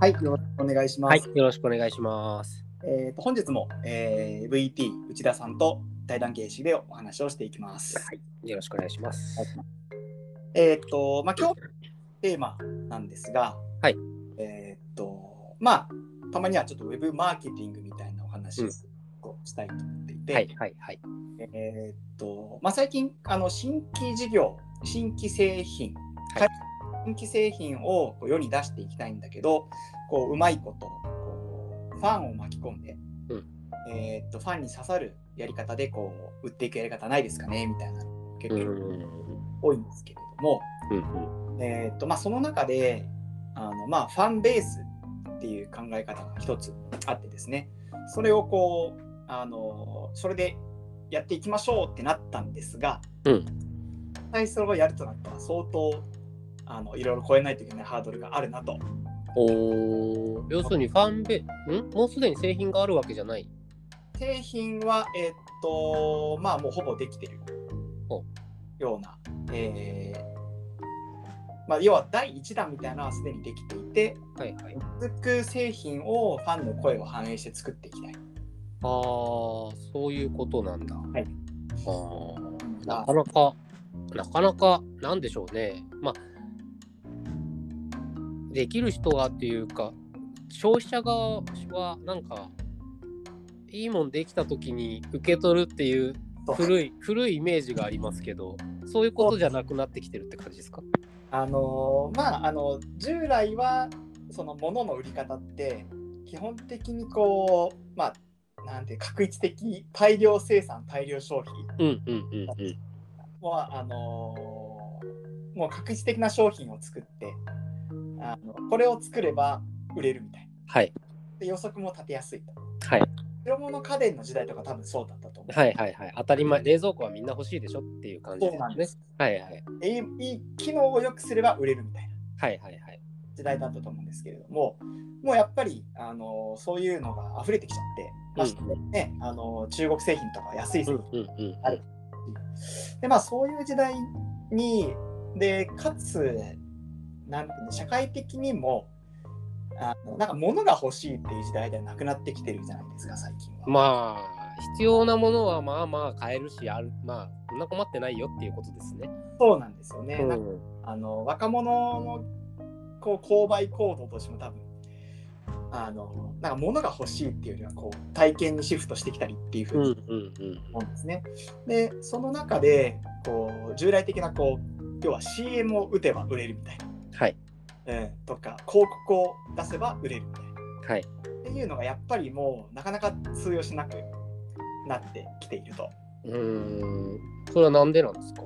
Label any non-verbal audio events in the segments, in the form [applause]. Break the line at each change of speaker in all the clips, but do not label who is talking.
はい、よろしくお願いします。
はい、よろしくお願いします。
えーと本日も、えー VP 内田さんと対談形式でお話をしていきます。
はい、よろしくお願いします。
えっ、と、まあ、今日のテーマなんですが、
はい、
えっ、と、まあ、たまにはちょっとウェブマーケティングみたいなお話をこうしたいと思っていて、
はい、はい、はい。
えっ、と、まあ、最近、あの新規事業、新規製品、
はい
新規製品をこう世に出していきたいんだけど、こううまいことこうファンを巻き込んで、
うん
えっとファンに刺さるやり方でこう売っていくやり方ないですかねみたいなの結
うん、う
構
ん、
多いんですけれども、
うん、
えっとまあ、その中であの、まあ、ファンベースっていう考え方が一つあってですねそれをこうあのそれでやっていきましょうってなったんですが、
うん
実際それをやるとなったら相当あのいろいろ超えないといけないハードルがあるなと
おお、要するにファンベ、ん、もうすでに製品があるわけじゃない。
製品は、えーっと、まあ、もうほぼできてる
ほ
ような、えーまあ、要は第1弾みたいなのはすでにできていて、
はい、はい。
続く製品をファンの声を反映して作っていきたい。。
ああ、そういうことなんだ。はいああ、なかなか、なかなか、なんでしょうね。まあ。できる人がっていうか、消費者側は、なんか。いいもんできたときに受け取るっていう
そう
[laughs] 古い古いイメージがありますけどそういうことじゃなくなってきてるって感じですか
あのーまあ、あの従来はその物の売り方って基本的にこうまあなんていう画一的大量生産大量消費
うんうんうんうん
もうあのーもう確実的な商品を作ってあのこれを作れば売れるみたいな
はい
で予測も立てやすいと
はい
白物家電の時代とか多分そうだったと思う、
はいはいはい当たり前冷蔵庫はみんな欲しいでしょっていう感じ
そう
で
なん
す
で
ね
す
はいはい
いいいい機能を良くすれば売れるみたいな
はいはいはい
時代だったと思うんですけれどももうやっぱり、あのーそういうのが溢れてきちゃって、まあ
う
ねあのー中国製品とか安い製
うん
品
うんうん
あるでまあそういう時代にでかつなんていうの社会的にもあのなんか物が欲しいっていう時代ではなくなってきてるじゃないですか最近は。
まあ必要なものはまあまあ買えるしあるまあそんな困ってないよっていうことですね
そうなんですよね。
う
なんか
ん
あの若者のこう購買行動としても多分あのなんか物が欲しいっていうよりはこう体験にシフトしてきたりっていうふ
う
うん
う
に
んうん
思うんですね。でその中でこう従来的なこう要は CM を打てば売れるみたいな。
はい
うん、とか広告を出せば売れるみたいな
はい
っていうのがやっぱりもうなかなか通用しなくなってきていると。
うーんそれはなんでなんですか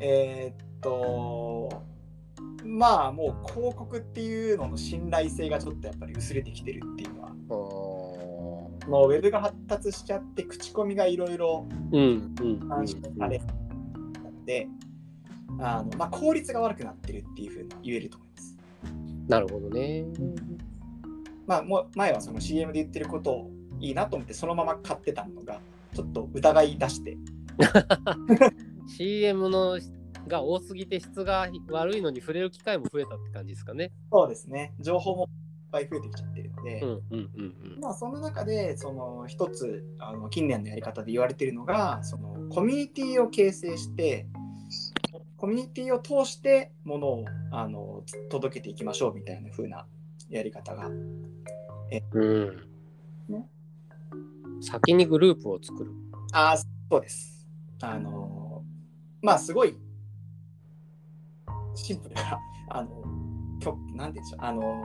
えーっとまあもう広告っていうのの信頼性がちょっとやっぱり薄れてきてるっていうのは
あー
もうウェブが発達しちゃって口コミがいろいろ
うんうんうん
反射されたんで、あのまあ、効率が悪くなってるっていうふうに言えると思います。
なるほどね
まあ、もう前はその CM で言ってることをいいなと思ってそのまま買ってたのがちょっと疑い出して
[laughs] CM のが多すぎて質が悪いのに触れる機会も増えたって感じですかね。
そうですね情報もいっぱい増えてきちゃってるので、
うんうんうん
まあ、その中でその一つあの近年のやり方で言われてるのがそのコミュニティを形成してコミュニティを通してものをあのつ届けていきましょうみたいな風なやり方が
うん。うん。
ね
先にグループを作る。
あーそうです。あのーまあすごいシンプルな [laughs] あのきょなんて言うんでしょうあのー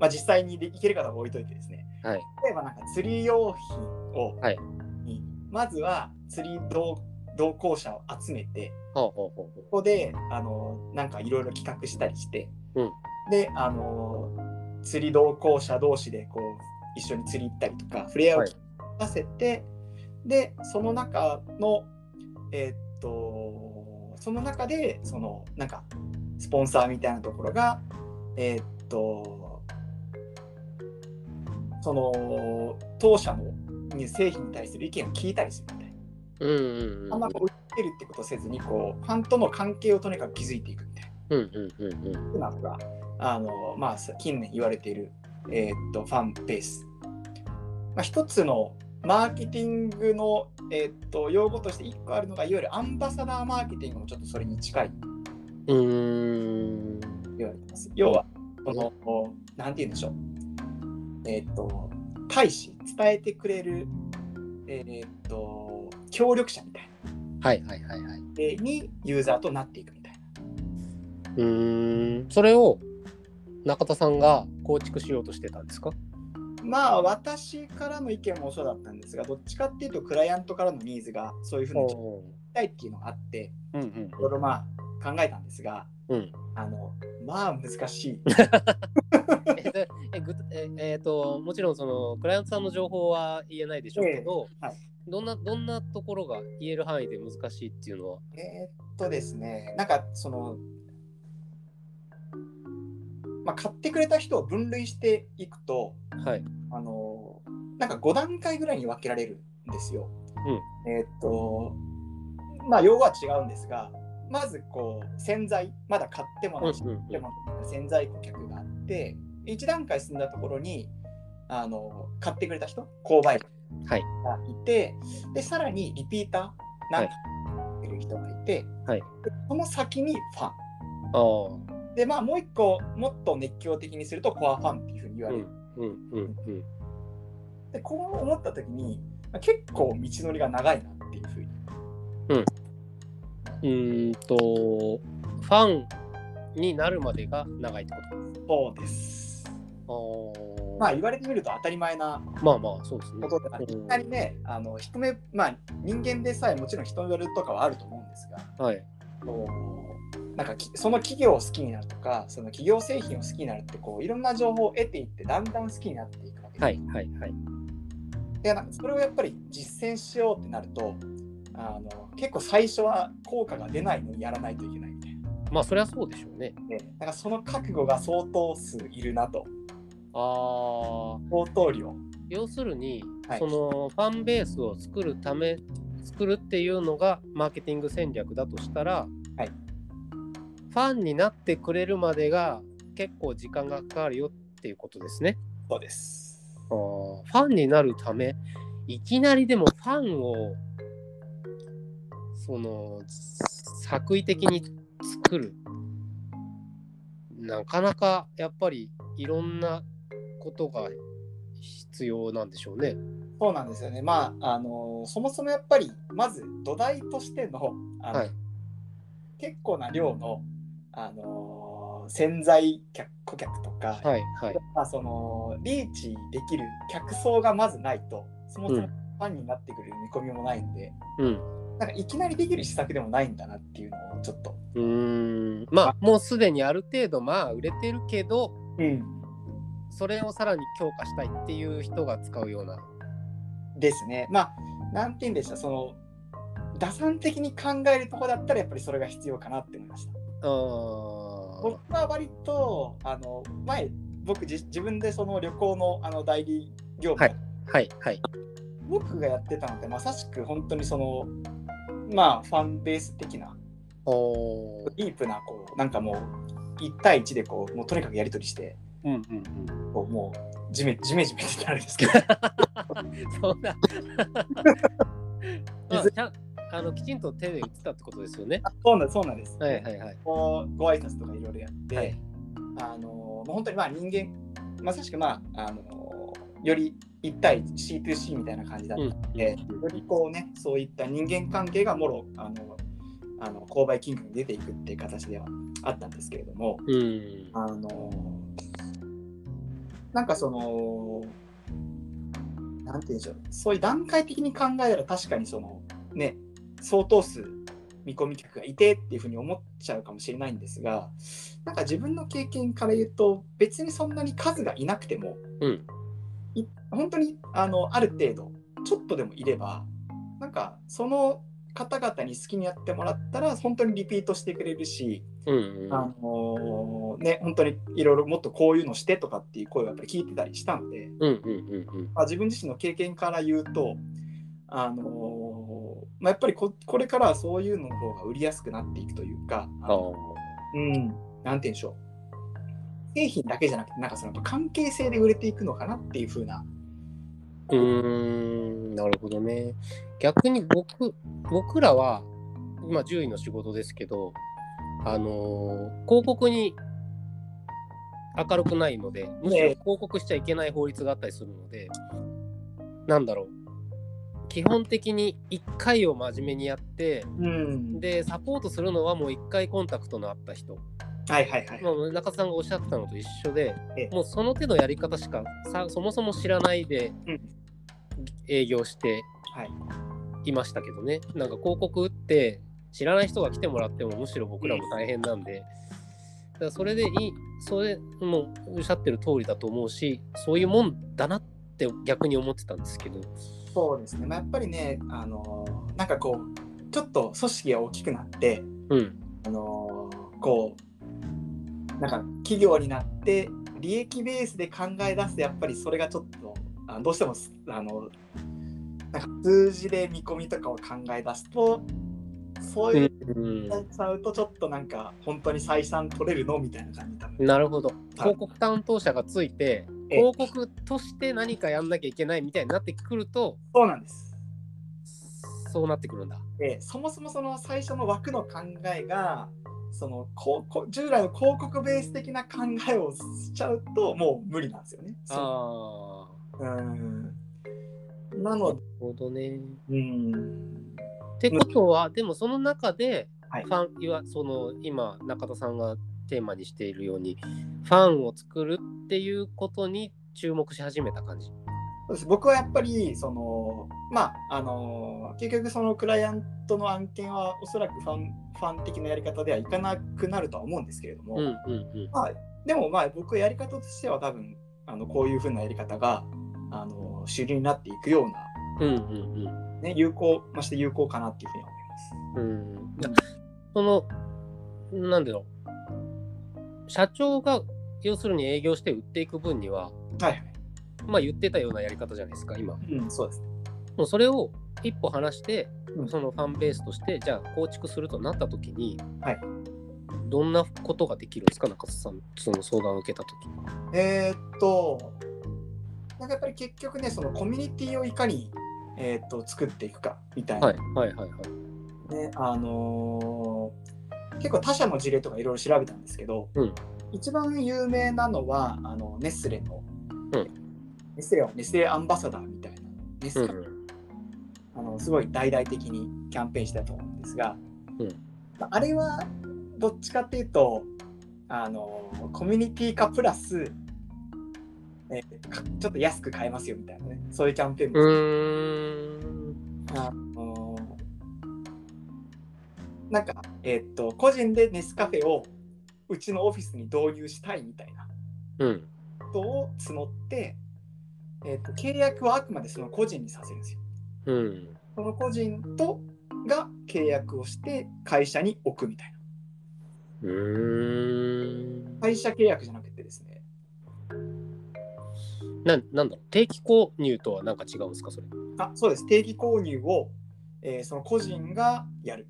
まあ実際にでいける方は置いといてですね
はい。
例えばなんか釣り用品を、
はい
にまずは釣り同同行者を集めて
ほうほうほう
ここであのーなんかいろいろ企画したりして、
うん
であのー釣り同行者同士でこう一緒に釣り行ったりとか触れ合う
はい
出せてでその中のえーっとその中でそのなんかスポンサーみたいなところがえーっとその当社のに製品に対する意見を聞いたりするみたいな
ほう。うんうんうん。
あんまこう売ってるってことをせずにこうファンとの関係をとにかく築いていくみたいな
うんうんうんうん。
なのがあの、まあ、近年言われている、えーっとファンベース、まあ、一つのマーケティングの、えーっと用語として一個あるのがいわゆるアンバサダーマーケティングもちょっとそれに近いと
うーん。
言われてます要はそのなんて言うんでしょうえーっと大使伝えてくれるえーっと協力者みたいな
はいはいはいはい。
でにユーザーとなっていくみたいな
うーん。それを中田さんが構築しようとしてたんですか
まあ私からの意見もそうだったんですがどっちかっていうとクライアントからのニーズがそういうふうに聞きたいっていうのがあって
うんうん
いろいろまあ考えたんですが
うん。
あのまあ難し
[laughs]
い
えっと、 [laughs] えぐええーともちろんそのクライアントさんの情報は言えないでしょうけど、
ええはい
どんなどんなところが言える範囲で難しいっていうのは、
えーっとですねなんかそのまあ買ってくれた人を分類していくと
はい、
あのなんか5段階ぐらいに分けられるんですよ。えーっとまあ用語は違うんですがまずこう洗剤まだ買ってもない
うんうん
でも潜在顧客があって1段階進んだところにあの買ってくれた人購買者
はい
がいて、でさらにリピーターなんかいる人がいて、
はい
でその先にファ
ああ
ンでまあもう一個もっと熱狂的にするとコアファンっていうふうに言わ
う
れ
ん
る、
うんうんうん
でこう思った時にまあ結構道のりが長いなっていうふうに
うーんとファンになるまでが長いってこ
そうです
と
ま
あ
あ言われてみると当たり前な
あまあまあそうですね
ことだからいきなりねあの人目まあ人間でさえもちろん人目とかはあると思うんですが
はい
こうなんかきその企業を好きになるとかその企業製品を好きになるってこういろんな情報を得ていってだんだん好きになっていくわけで,、
はいはいはい
でなんかそれをやっぱり実践しようってなるとあの結構最初は効果が出ないのにやらないといけないみたいな
まあそりゃそうでしょうね
でなんかその覚悟が相当数いるなと
ああ
相当量
要するに、
はい
そのファンベースを作るため作るっていうのがマーケティング戦略だとしたら、
はい
ファンになってくれるまでが結構時間がかかるよっていうことですね。
そうです
あーファンになるためいきなりでもファンをその作為的に作るなかなかやっぱりいろんなことが必要なんでしょうね。
そうなんですよねまああのそもそもやっぱりまず土台としてのあの、
はい
結構な量の、あのー潜在客顧客とか、
はいはい。
まあ、そのリーチできる客層がまずないとそもそも
うん
ファンになってくる見込みもないんで、
うん。
なんかいきなりできる施策でもないんだなっていうのをちょっと、
うーん。まあもうすでにある程度まあ売れてるけどそれをさらに強化したいっていう人が使うような。
ですねまあなんて言うんでしたその打算的に考えるとこだったらやっぱりそれが必要かなって思いました。
あー
僕は割とあの前僕じ自分でその旅行のあの代理業務
はいはいはい。
僕がやってたのってまさしく本当にそのまあファンベース的な
おー
ディープなこうなんかもう1対1でこうもうとにかくやり取りして
うんうん [laughs] うん。
こうもうジメジメジメって言ったらあれ
[laughs]
ですけど
そんな。 [laughs] まあ、ちゃんあのきちんと手で打ってたってことですよね。
そうなんそうなんです、
はいはいはい。
こうご挨拶とかいろいろやって、
はい
あのもう本当にまあ人間まさしくまああのより1対 C2C みたいな感じだった
うん
でよりこうねそういった人間関係がもろあのあの購買金額に出ていくっていう形ではあったんですけれども
うん。
あのなんかそのなんて言うんでしょうそういう段階的に考えたら確かにそのね相当数見込み客がいてっていうふうに思っちゃうかもしれないんですがなんか自分の経験から言うと別にそんなに数がいなくても
うん。
い本当にあのある程度ちょっとでもいればなんかその方々に好きにやってもらったら本当にリピートしてくれるし、
うんう
あ
ん。
のね本当にいろいろもっとこういうのしてとかっていう声をやっぱり聞いてたりしたので、
うんうんうん
まあ、自分自身の経験から言うと、あのまあ、やっぱりここれからはそういうのの方が売りやすくなっていくというか、あ
ああ
のうん、なんて言うんでしょう製品だけじゃなくて、なんかそのやっぱ関係性で売れていくのかなっていう風な。
うーん、なるほどね。逆に僕僕らは、今、獣医の仕事ですけど、あのー広告に明るくないので、むし
ね
ろ広告しちゃいけない法律があったりするので、なんだろう、基本的に1回を真面目にやって、
うんで、
で、サポートするのはもう1回コンタクトのあった人、
はいはいはい。
まあ、中田さんがおっしゃってたのと一緒で
ええ、
もうその手のやり方しかさそもそも知らないで
うん
営業して
はい
いましたけどね、なんか広告打って知らない人が来てもらってもむしろ僕らも大変なんで、だからそれでいい、それもおっしゃってる通りだと思うし、そういうもんだなって逆に思ってたんですけど、
そうですね。まあ、やっぱりね、あのーなんかこう、ちょっと組織が大きくなって、
うん、
あのーこう、なんか企業になって、利益ベースで考え出すと、やっぱりそれがちょっと、あどうしても、あの、なんか数字で見込みとかを考え出すと、そういう
うん
やっちゃうと、ちょっとなんか、本当に採算取れるのみたいな感じ多分
なるほど。広告担当者がついて、
ええ
広告として何かやんなきゃいけないみたいになってくると、
そうなんです。
そうなってくるんだ。
でそもそもその最初の枠の考えがそのこうこう従来の広告ベース的な考えをしちゃうともう無理なんですよね。
ああ、
うんなので、
なるほどね。
うん、
ってことは、でもその中で、
はい
ファンいわその今中田さんがテーマにしているようにファンを作るっていうことに注目し始めた感じ。
そうです僕はやっぱりそのまああの結局そのクライアントの案件はおそらくファンファン的なやり方ではいかなくなるとは思うんですけれども、
うんうんうん。
まあ、でもまあ僕やり方としては多分あのこういうふうなやり方があの主流になっていくような
うんうん
ね、有効、まして有効かなっていうふうに思います。
うん。うん、いやそのなんだろう社長が要するに営業して売っていく分には
はいはい。
まあ言ってたようなやり方じゃないですか今。
うん、そうですね。
もうそれを一歩離して、
うん
そのファンベースとして、じゃあ構築するとなったときに、
はい
どんなことができるんですか、中田さん、その相談を受けたとき。
えーっと、なんかやっぱり結局ね、そのコミュニティをいかに、えーっと作っていくかみたいな、
はいはいはいはい。
ねあのー結構他社の事例とかいろいろ調べたんですけど、
うん
一番有名なのはあのネスレの、
うん
ネスレはネスレアンバサダーみたいな、ネ
う
ス
ん
レあのすごい大々的にキャンペーンしてたと思うんですが、
うん
まああれはどっちかっていうとあのコミュニティ化プラス、えーかちょっと安く買えますよみたいなねそういうキャンペーン
う
も、
ん。うーん。
あのなんか、えーっと個人でネスカフェをうちのオフィスに導入したいみたいな
うん。
ことを募って、えーっと契約はあくまでその個人にさせるんですよ。
うん。
その個人とが契約をして会社に置くみたいな。
うーん。
会社契約じゃなくてですね。
ななんだろう、定期購入とはなんか違うんですか、それ。
あ、そうです。定期購入を、えーその個人がやる。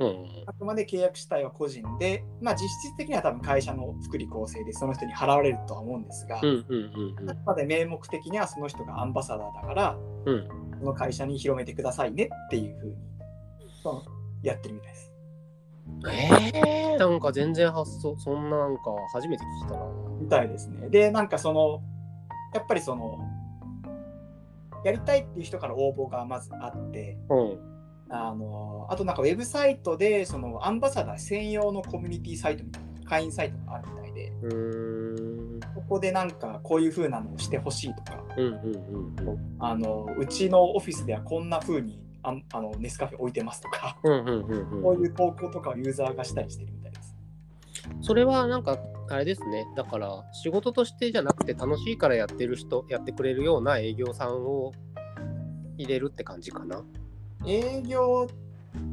うん。
あくまで契約主体は個人で、まあ実質的には多分会社の福利厚生でその人に払われるとは思うんですが、
うんうんうん
あくまで名目的にはその人がアンバサダーだから、
うん。うん。
その会社に広めてくださいねっていうふうにそうやってるみたいです。
えー、なんか全然発想、そんななんか初めて聞いたな。
みたいですね。で、なんかその、やっぱりその、やりたいっていう人から応募がまずあって、
うん。
あのあとなんかウェブサイトで、そのアンバサダー専用のコミュニティサイトみたいな、会員サイトがあるみたいで、
うーん。
ここでなんかこういう風なのをしてほしいとか、
うんうんうんうん。
あのうちのオフィスではこんな風にああのネスカフェ置いてますとか、
うんうんうんうん、
こういう投稿とかをユーザーがしたりしてるみたいです。
それはなんかあれですねだから仕事としてじゃなくて楽しいからやってる人やってくれるような営業さんを入れるって感じかな
営業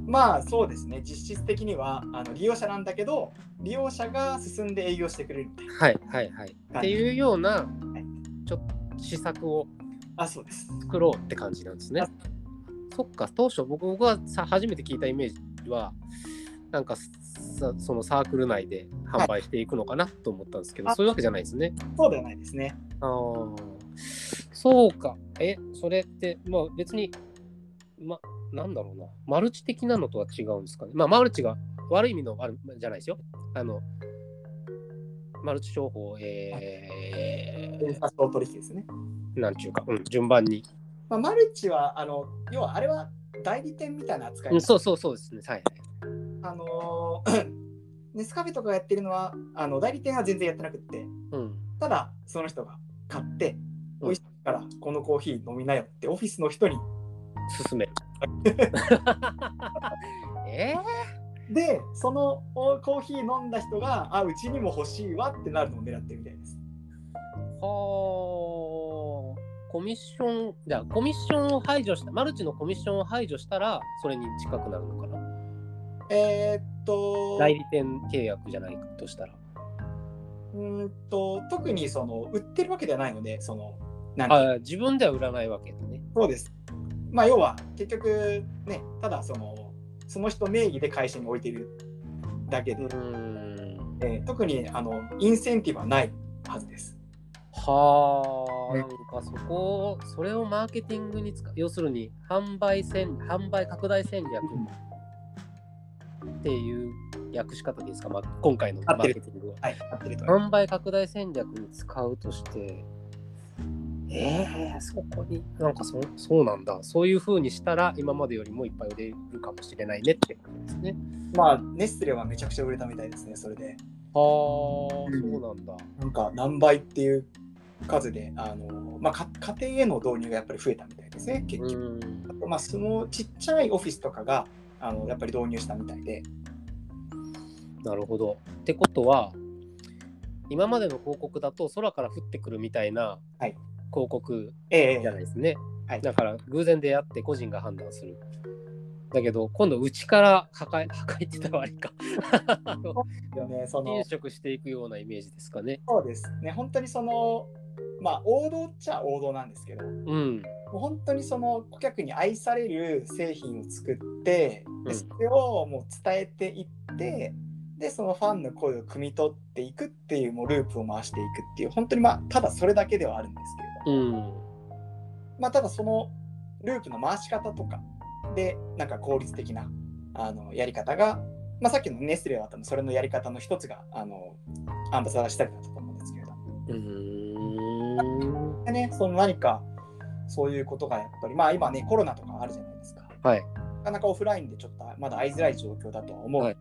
まあそうですね実質的にはあの利用者なんだけど利用者が進んで営業してくれるみたいな
はいはいはい
はい
っていうようないちょっと施策を
あそうです
作ろうって感じなんですね
あ
そっか当初僕僕はさ初めて聞いたイメージはなんかさそのサークル内で販売していくのかなと思ったんですけど、
はい
そういうわけじゃないですね。
そうではないですね。
ああ、そうか。え、それって、まあ別に、ま、なんだろうな。マルチ的なのとは違うんですかね。まあマルチが悪い意味のあるじゃないですよ。あの、マルチ商法、え
電車商取引ですね。
ー、なんちゅうか、うん、順番に。
まあ、マルチは、あの、要はあれは代理店みたいな扱い、
うん、そうそうそうですね。はい。
あの [clears throat] ーネスカフェとかがやってるのは、あの代理店は全然やってなくって、
うん。
ただ、その人が買って、
うん
美味しいから、このコーヒー飲みなよって、オフィスの人に。
進 [laughs] める。え
で、そのおコーヒー飲んだ人が、あ、うちにも欲しいわってなるのを狙ってるみたいです。
ー、はあ。コミッション、じゃあコミッションを排除した、マルチのコミッションを排除したら、それに近くなるのかな。
えーっと、
代理店契約じゃないとしたら。
うーんと特にその売ってるわけではないので、その、なんていうの
あ自分では売らないわけだね。
そうです。まあ、要は結局、ね、ただその、その人名義で会社に置いてるだけ
う
で、
ーん。
えー特にあのインセンティブはないはずです。
はあ、
ね
なんかそこを、それをマーケティングに使う。要するに、販売戦、販売拡大戦略っていう訳し方でいいですか、まあ、今回のマーケティングは。
はい、合ってると思いま
販売拡大戦略に使うとして、えー、そこに、なんかそそうなんだ。そういう風にしたら、今までよりもいっぱい売れるかもしれないねってことですね。
す。まあ、ネスレはめちゃくちゃ売れたみたいですね、それで。
はあ、
うん
そうなんだ。
なんか何倍っていう数で、あのまあ、か家庭への導入がやっぱり増えたみたいですね、結局。
ん。
あとまあ、そのちっちゃいオフィスとかがあのやっぱり導入したみたいで、
なるほど。ってことは、今までの広告だと空から降ってくるみたいな
はい
広告
え
じゃないですね。
はい
だから偶然出会って個人が判断する。だけど、今度、内から破壊、破壊って言ったらあれ [laughs] か。あの
えよね、その
侵食していくようなイメージですかね。
そうですね、本当にその、まあ、王道っちゃ王道なんですけど、
うん。
もう本当にその顧客に愛される製品を作って、
うん
でそれをもう伝えていってでそのファンの声を汲み取っていくっていうもうループを回していくっていう本当にまあただそれだけではあるんですけれど
うん。
も、まあ、ただそのループの回し方とかでなんか効率的なあのやり方が、まあ、さっきのネスレは多分それのやり方の一つがあのアンバサダーしたりだったと思うんですけれども
うーん。
でねその何かそういうことがやっぱりまあ今ねコロナとかあるじゃないですか。
はい。
なかなかオフラインでちょっとまだ会いづらい状況だとは思う、
はい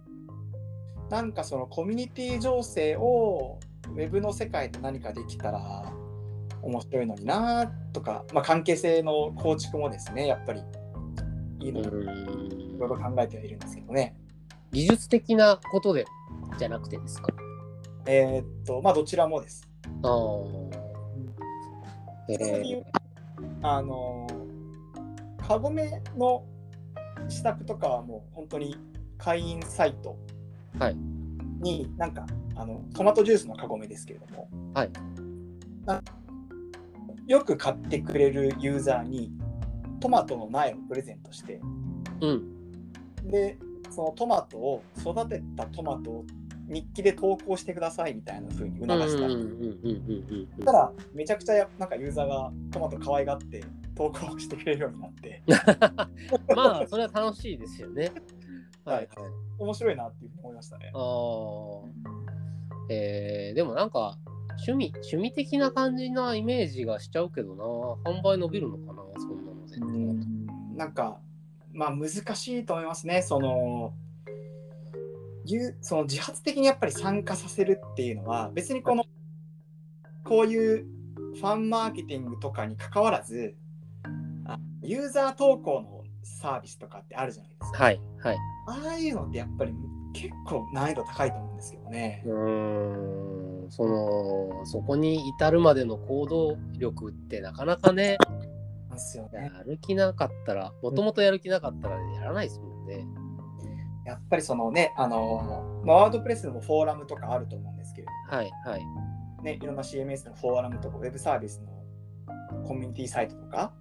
なんかそのコミュニティ情勢をウェブの世界で何かできたら面白いのになとか、まあ、関係性の構築もですねやっぱりいいうのいろい
ーん
ろ考えてはいるんですけどね
技術的なことでじゃなくてですか
えーっとまあどちらもです、
ああ。え
そう
ー
いうあのカゴメの施策とかはもう本当に会員サイト
はい
になんかあのトマトジュースのカゴメですけれども、
はい
なよく買ってくれるユーザーにトマトの苗をプレゼントして
うん。
でそのトマトを育てたトマトを日記で投稿してくださいみたいな風に
うんうんう
促した、
んうん
たらめちゃくちゃやなんかユーザーがトマト可愛がって投稿してくれるようになって
うん。 [laughs] まあ、それは楽しいですよね。はいはい。
[laughs] 面白いなっていうふうに思いましたね。
ああ。えーでもなんか趣味趣味的な感じなイメージがしちゃうけどな販売伸びるのかなそんなの全然
なんかまあ難しいと思いますねそのゆその自発的にやっぱり参加させるっていうのは別にこのこういうファンマーケティングとかに関わらずあユーザー投稿のサービスとかってあるじゃないですか
はいはい
ああいうのってやっぱり結構難易度高いと思うんですけどね
うーんそのそこに至るまでの行動力ってなかなかね
なんですよね
やる気なかったらもともとやる気なかったらやらないですもんね
やっぱりそのねあのまあワードプレスでもフォーラムとかあると思うんですけれど
はいはい
ね、いろんな CMS のフォーラムとか、ウェブサービスのコミュニティサイトとか、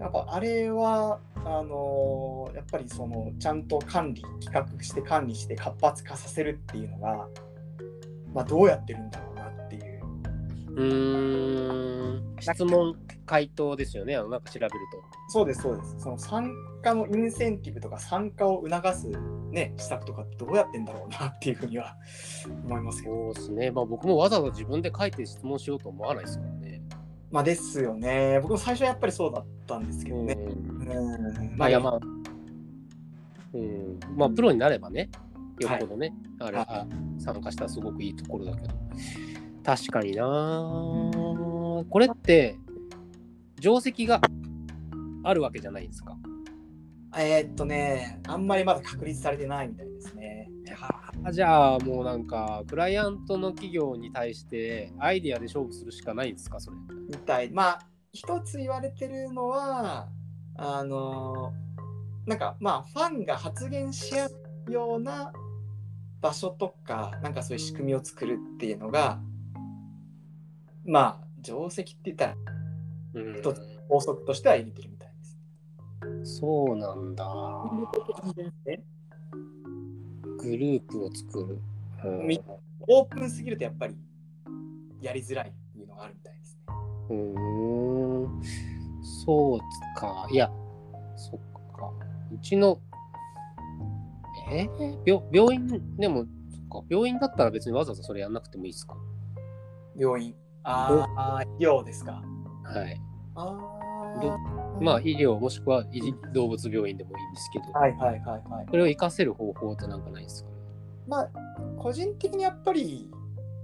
やっぱあれはあのやっぱりそのちゃんと管理企画して管理して活発化させるっていうのが、まあ、どうやってるんだろうなっていう
うーん質問回答ですよねあのなんか調べる
そうですそうですその参加のインセンティブとか参加を促す、ね、施策とかってどうやってんだろうなっていうふうには思います
と
よ。
そうですねまあ僕もわざわざ自分で書いて質問しようと思わないですからね
まあ、ですよね僕も最初はやっぱりそうだったんですけどね。
うん
うん
まあいやまあ、うん、まあプロになればね、よっぽどね、あれは
は
参加したらすごくいいところだけど、確かになあこれって、定石があるわけじゃないですか。
えーっとねあんまりまだ確立されてないみたいですね。
あじゃあもうなんか、クライアントの企業に対してアイディアで勝負するしかないんですか、それ。
みたいまあ一つ言われてるのはあのなんかまあファンが発言し合うような場所とかなんかそういう仕組みを作るっていうのがまあ定石って言ったら
うん
一つ法則としては入れてるみたいです。
そうなんだ。グループを作る。うん
みオープンすぎるとやっぱりやりづらいっていうのがあるみたいですね。
うーん、そうか。いや、そっか。うちの、えー病病院、でも、そっか、病院だったら別にわざわざそれやんなくてもいいですか。
病院。あーあー、医療ですか。
はい。
あ
ど
あ。
まあ、医療もしくは医動物病院でもいいんですけど、
はいはいはいはい。
これを活かせる方法ってなんかないですか
まあ、個人的にやっぱり、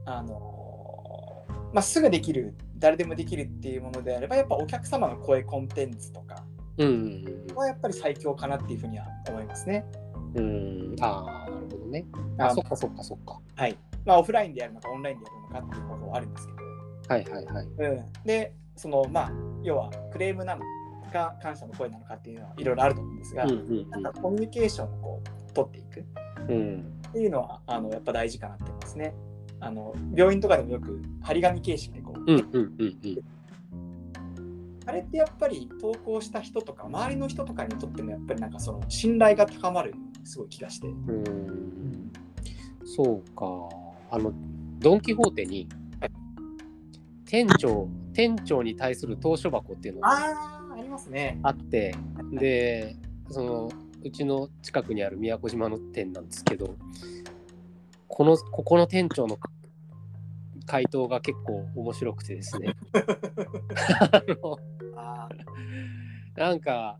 あのーまあ、すぐできる、誰でもできるっていうものであれば、やっぱお客様の声コンテンツとか
うんうん
はやっぱり最強かなっていうふうには思いますね。
うんうん。うん、ああ、なるほどね。あ、そっかそっかそっか。
はい。まあ、オフラインでやるのか、オンラインでやるのかっていうことはあるんですけ
はいはいはい。
ど、うん。で、その、まあ、要はクレームなのか、感謝の声なのかっていうのはいろいろあると思うんですが、
うん
なんかコミュニケーションをこう取っていく。
うんうん。うん。
っていうのはあのやっぱ大事かなって思いますね。あの病院とかでもよく張り紙形式でこう、
うんうんうんうん。
あれってやっぱり投稿した人とか周りの人とかにとってもやっぱりなんかその信頼が高まるすごい気がして。
うーんそうか。あの、ドン・キホーテに、店長、店長に対する投書箱っていうのが
ああありますね。
あって、で、その、うちの近くにある宮古島の店なんですけど、この、ここの店長の回答が結構面白くてですね。あの
あ
なんか、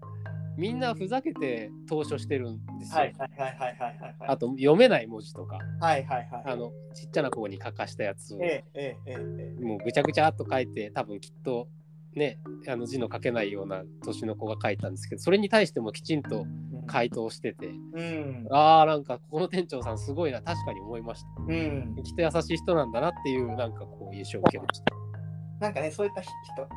みんなふざけて投書してるんです
ー
よ。
はいはいはいはいはいはい。
あと、読めない文字とか。
はいはいはい。
あのちっちゃな子に書かしたやつを
ええええええ
もうぐちゃぐちゃっと書いて多分きっとねあの字の書けないような年の子が書いたんですけどそれに対してもきちん
う
と
ん
回答してて
うん
あーなんかここの店長さんすごいな確かに思いました
うん、
きっと優しい人なんだなっていうなんかこう印象を受けました
なんかねそういった人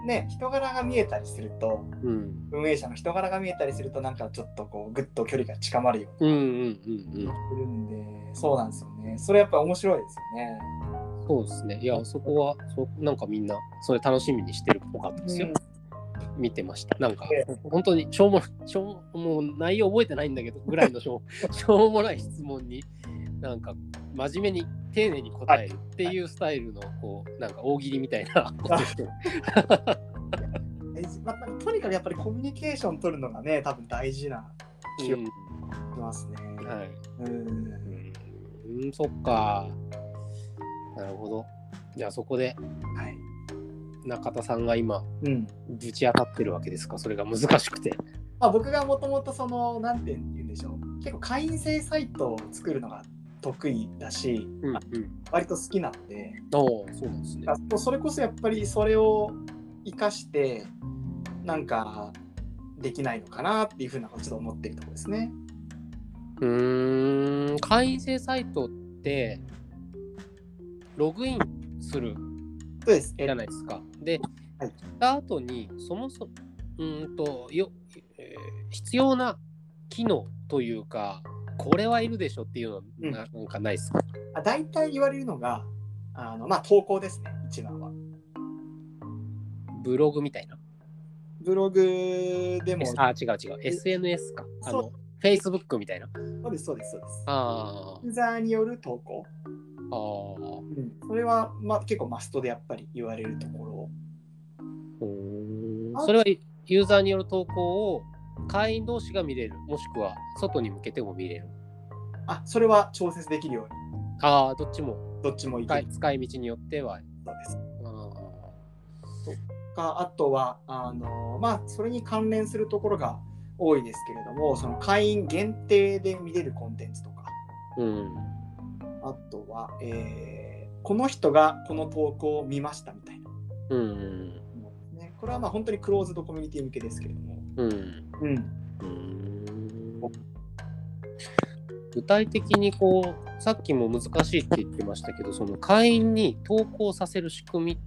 ね人柄が見えたりすると
うん
運営者の人柄が見えたりするとなんかちょっとこうぐっと距離が近まるような
うんうんうんうん
するんで、そうなんですよね。それやっぱ面白いですよね。
そうですねいやそこはそなんかみんなそれ楽しみにしてるっぽかったですよ、見てましたなんか
え
本当にしょうもしょうもう内容覚えてないんだけどぐらいのしょうしょうもない質問になんか真面目に丁寧に答えるっていうスタイルのこうなんか大喜利みたいなことをして
えまあとにかくやっぱりコミュニケーション取るのがね、多分大事な気がし
う
ますね。
んはい
うん。
うんそっかなるほどじゃあそこで
はい。
中田さんが今
うん。
ぶち当たってるわけですかそれが難しくて
まあ僕がもともとその、なんて言うんでしょう。結構会員制サイトを作るのが得意だし、
うんうん
割と好きなんで、
おーそうなんですね
あもうそれこそやっぱりそれを生かして、なんか、できないのかなっていうふうなことをちょっと思ってるところですね。
うーん、会員制サイトって、ログインする
そうです。え
じゃないですか。で、
はい
した後に、そもそも、うーんとよ、えー必要な機能というか、これはいるでしょっていうのは
うん
ななんかないですか、
あ大体言われるのがあの、まあ、投稿ですね、一番は。
ブログみたいな。
ブログでも
S- あ、違う違う。SNS か。あの、Facebook みたいな。
そうですそうですそうです
あ
ユーザーによる投稿、
あ。ああ。
それは、まあ、結構マストでやっぱり言われるところ
ほー
あ
それはユーザーによる投稿を会員同士が見れる、もしくは外に向けても見れる。
あそれは調節できるように
ああ、どっちも
どっちもいけ
使
る
い使い道によっては。
そうです
あ
かあとはあのまあそれに関連するところが多いですけれどもその会員限定で見れるコンテンツとか
ーうん。
あとは、えーこの人がこの投稿を見ましたみたいな
うん。
もの、ね、これはまあ本当にクローズドコミュニティ向けですけれども、
うん。
うん、
うん具体的にこう、さっきも難しいって言ってましたけど、その会員に投稿させる仕組みっ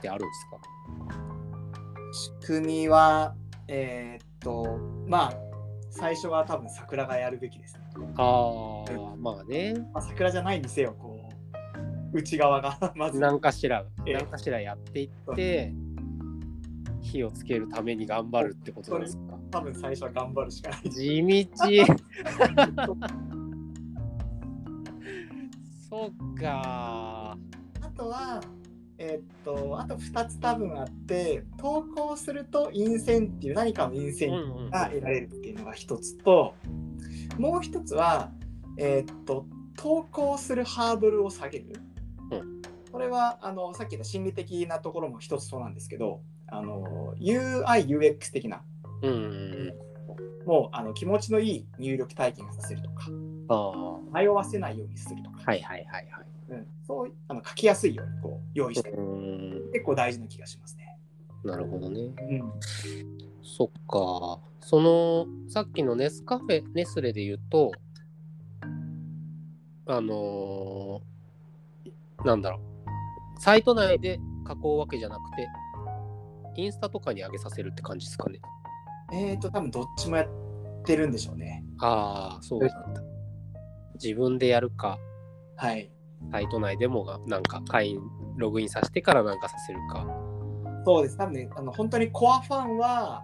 てあるんですか
仕組みはえーっとまあ最初は多分桜がやるべきですね。
ああ、まあね。
まあ、桜じゃないにせよこう内側が [laughs] まず
何かしら、
ええ
何かしらやっていって、火をつけるために頑張るってことなんですか。
多分最初は頑張るしかない
地道。 [laughs] そうか。
あとはえーっとあと2つ多分あって投稿するとインセンティブ何かのインセ
う
ンティブ。
んうん
が得られるっていうのが1つともう1つはえーっと投稿するハードルを下げる、
うん
これはあのさっき言った心理的なところも1つそうなんですけどあの UIUX 的な
うんうん。
もうあの気持ちのいい入力体験をさせるとか
ああ。は
迷わせないようにするとか、
いはいはいはい。
うん、そうあの書きやすいようにこう用意して
うん。
結構大事な気がしますね。
なるほどね。
うん、
そっか。その、さっきのネスカフェ、ネスレで言うと、あのーなんだろう。サイト内で加工わけじゃなくて、インスタとかに上げさせるって感じですかね。
えっ、ー、と多分どっちもやってるんでしょうね。
ああ、そうなんだ。自分でやるか、
はい。
サイト内でもが、なんか会員、ログインさせてからなんかさせるか。
そうです。多分ねあの本当にコアファンは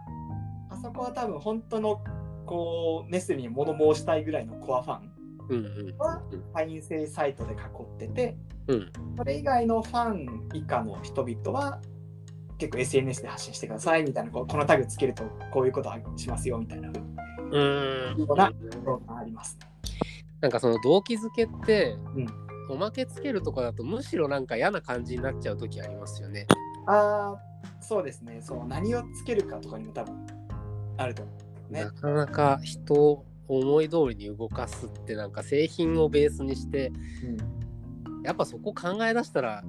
あそこは多分本当のこうネスレに物申したいぐらいのコアファン
うんうん。
は会員制サイトで囲ってて
うん。
それ以外のファン以下の人々は結構 SNS で発信してくださいみたいなこうこのタグつけるとこういうことしますよみたいなと
うーん。
なころがありますね。
なんかその動機づけって、
うん
おまけつけるとかだとむしろなんか嫌な感じになっちゃう時ありますよね。
あーそうですねそう何をつけるかとかにも多分あると思うね
なかなか人を思い通りに動かすってなんか製品をベースにしてやっぱそこ考え出したら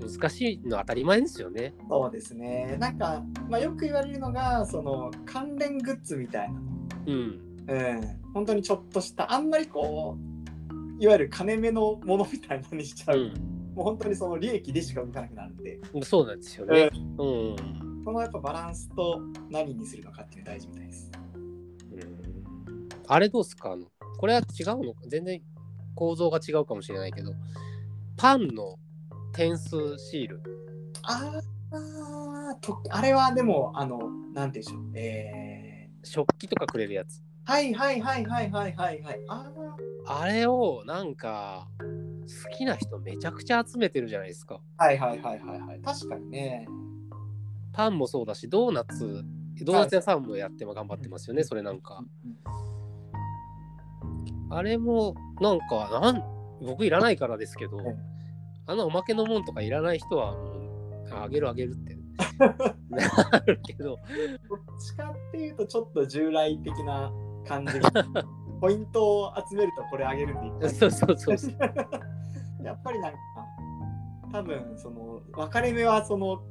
難しいのは当たり前ですよね。
そうですねなんか、まあ、よく言われるのがその関連グッズみたいな
うん。
うん本当にちょっとしたあんまりこういわゆる金目のものみたいなのにしちゃう、もう本当にその利益でしか動かなくなるんで
うん、そうなんですよね。うん。うん
そのやっぱバランスと何にするのかっていうのが大事みたいです
あれどうすかあのこれは違うのか全然構造が違うかもしれないけどパンの点数シール
あーあーとあれはでもあのなんて言うんでしょうえ
食器とかくれるやつ。
ー、はいはいはいはいはいはいはいああ
あれをなんか好きな人めちゃくちゃ集めてるじゃないですか。
はいはいはいはいはい。確かにね。
パンもそうだしドーナツドーナツ屋さんもやっても頑張ってますよねそれなんか。あれもなんかなん僕いらないからですけど
ん
あのおまけのもんとかいらない人はもうああげるあげるってなるけど
どっちかっていうとちょっと従来的な感じ [laughs] が。ポイントを集めるとこれあげるんでいいか
そうそうそうそう。
[laughs] やっぱりなんか多分その分かれ目はその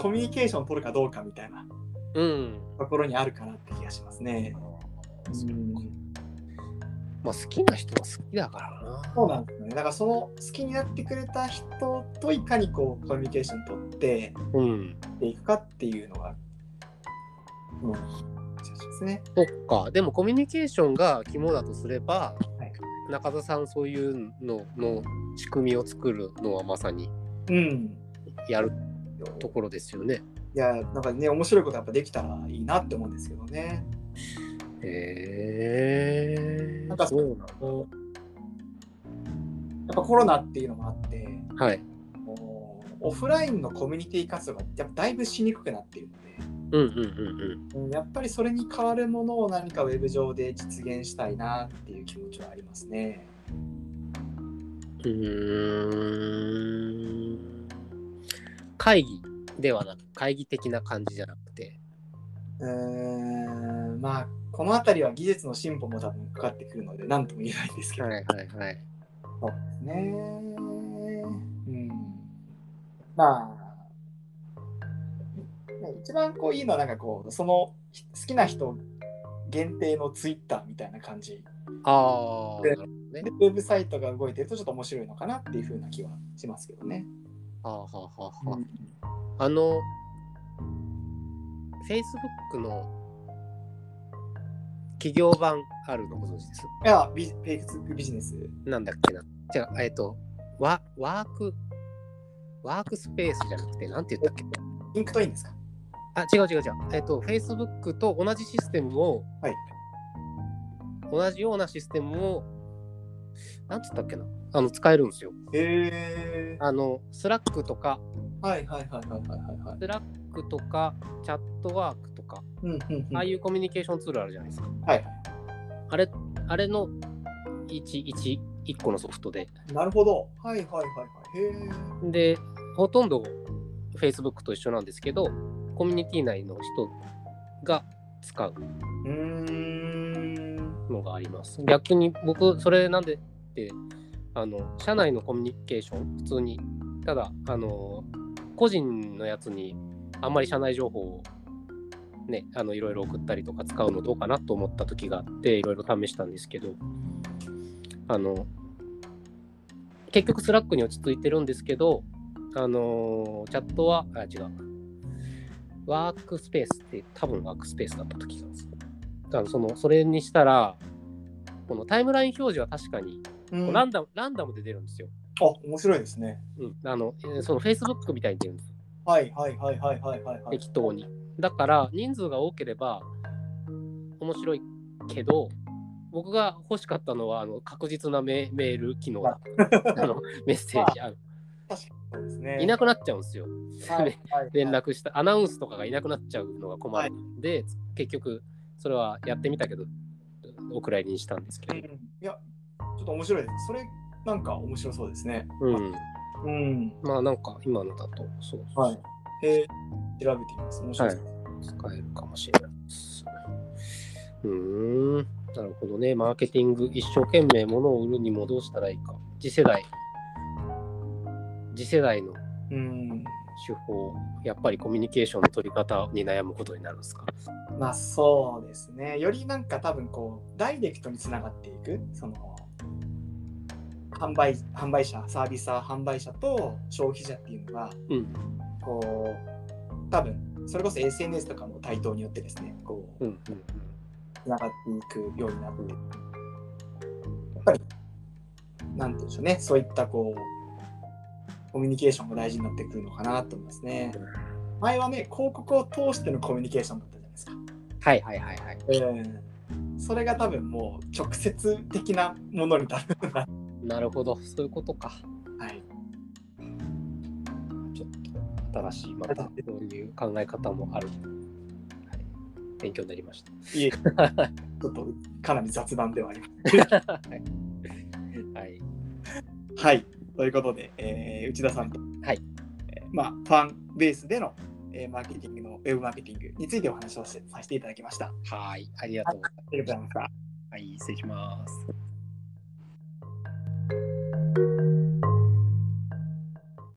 コミュニケーション取るかどうかみたいな
うん。
ところにあるかなって気がしますね。
まあ好きな人は好きだからな。
そうなんですね。だからその好きになってくれた人といかにこうコミュニケーション取って
うん。
っていくかっていうのが、うん、ですね。
そっか、でもコミュニケーションが肝だとすれ
は
ば、
い
中田さんそういうのの仕組みを作るのはまさに
うん。
やるところですよね。
いやなんかね面白いことやっぱできたらいいなって思うんですけどね。
へえ
なんか
そうなんだ。
こうやっぱコロナっていうのもあって
はい。
こうオフラインのコミュニティ活動がやっぱだいぶしにくくなっているので。
うんうんうんうん。
うんやっぱりそれに代わるものを何かウェブ上で実現したいなっていう気持ちはありますね。
うーん。会議ではなく、会議的な感じじゃなくて。
うーんまあこの辺りは技術の進歩も多分かかってくるので何とも言えないんですけど
は
ね。
いはいはい。
うん、まあね一番こういいのはなんかこうそのひ好きな人限定のツイッターみたいな感じ
ああ、
で
なるほどね
で。ウェブサイトが動いてるとちょっと面白いのかなっていうふうな気はしますけどね。
はあはあはあはあ。
うん
あの、Facebook の企業版あるのご存知です
いや、ビジフェイクビジネス。
なんだっけな。じゃあ、えっと、ワワーク、ワークスペースじゃなくて、なんて言ったっけ
リンクトインですか
あ、違う違う違う。えっと、Facebook と同じシステムを、
はい
同じようなシステムを、なんつったっけな。あの、使えるんですよ。
へえ
あの、Slack とか、
はいはいはいはいはいはいはい。
Slack とか、チャットワークとか、
うんうんうん。
ああ
はい
いうコミュニケーションツールあるじゃないですか。
はい。
あれ、あれの1、1、1個のソフトで。
なるほど。はいはいはいはい。へえ。
で、ほとんど Facebook と一緒なんですけど、コミュニティ内の人が使う
うーん。
のがあります。逆に僕、それなんでって、あの、社内のコミュニケーション、普通に、ただ、あの、個人のやつにあんまり社内情報をね、あのいろいろ送ったりとか使うのどうかなと思った時があっていろいろ試したんですけどあの結局スラックに落ち着いてるんですけどあのチャットはあ違うワークスペースって多分ワークスペースだった時なんですあのそのそれにしたらこのタイムライン表示は確かに
うん、
ラ
あ
ンダム、ランダムで出るんですよ、
面白いですね。
うん、あのえーその Facebook みたいに出るんです
はいはいはいはいはいはいはい。
適当に。だから人数が多ければ面白いけど僕が欲しかったのはあの確実なメメール機能だあのメッセージあの
そうですね。
いなくなっちゃうんですよ
はいはいはい
連。絡したアナウンスとかがいなくなっちゃうのが困るんで、結局それはやってみたけどお蔵入りにしたんです
うん
け
いや、ちょっと面白いです。それ、なんか面白そうですね。
ど、うん、
うん。
まあなんか今のだとそうそう
はい。へえ。調べてみます。面白いです。
使えるかもしれないです。うーん、なるほどね。マーケティング、一生懸命物を売るにもどうしたらいいか。次世代、次世代の
うん。
手法、やっぱりコミュニケーションの取り方に悩むことになるんですか。
まあそうですね。よりなんか多分こうダイレクトにつながっていくその販売販売者サービサー販売者と消費者っていうのが
うん、
こう多分それこそ SNS とかの台頭によってですねこ
う、
うん
うん。
つながっていくようになってやっぱりなんて言うんでしょうねそういったこうコミュニケーションが大事になってくるのかなと思いますね。前はね広告を通してのコミュニケーションだったじゃないですか。
はいはいはいはい。
うんそれが多分もう直接的なものになるのが、
なるほど、そういうことか。
はい、
ちょっと新しい、またこういう考え方もある。はい勉強になりました。
いえちょっとかなり雑談ではありま
[laughs] はいはい。
す。はい、ということで、えー内田さんと、
はい
えーまあ、ファンベースでの、えーマーケティングのウェブマーケティングについてお話をさせていただきました。あ
はい。ありがとうございます。
りがとうございました。
はい、失礼します。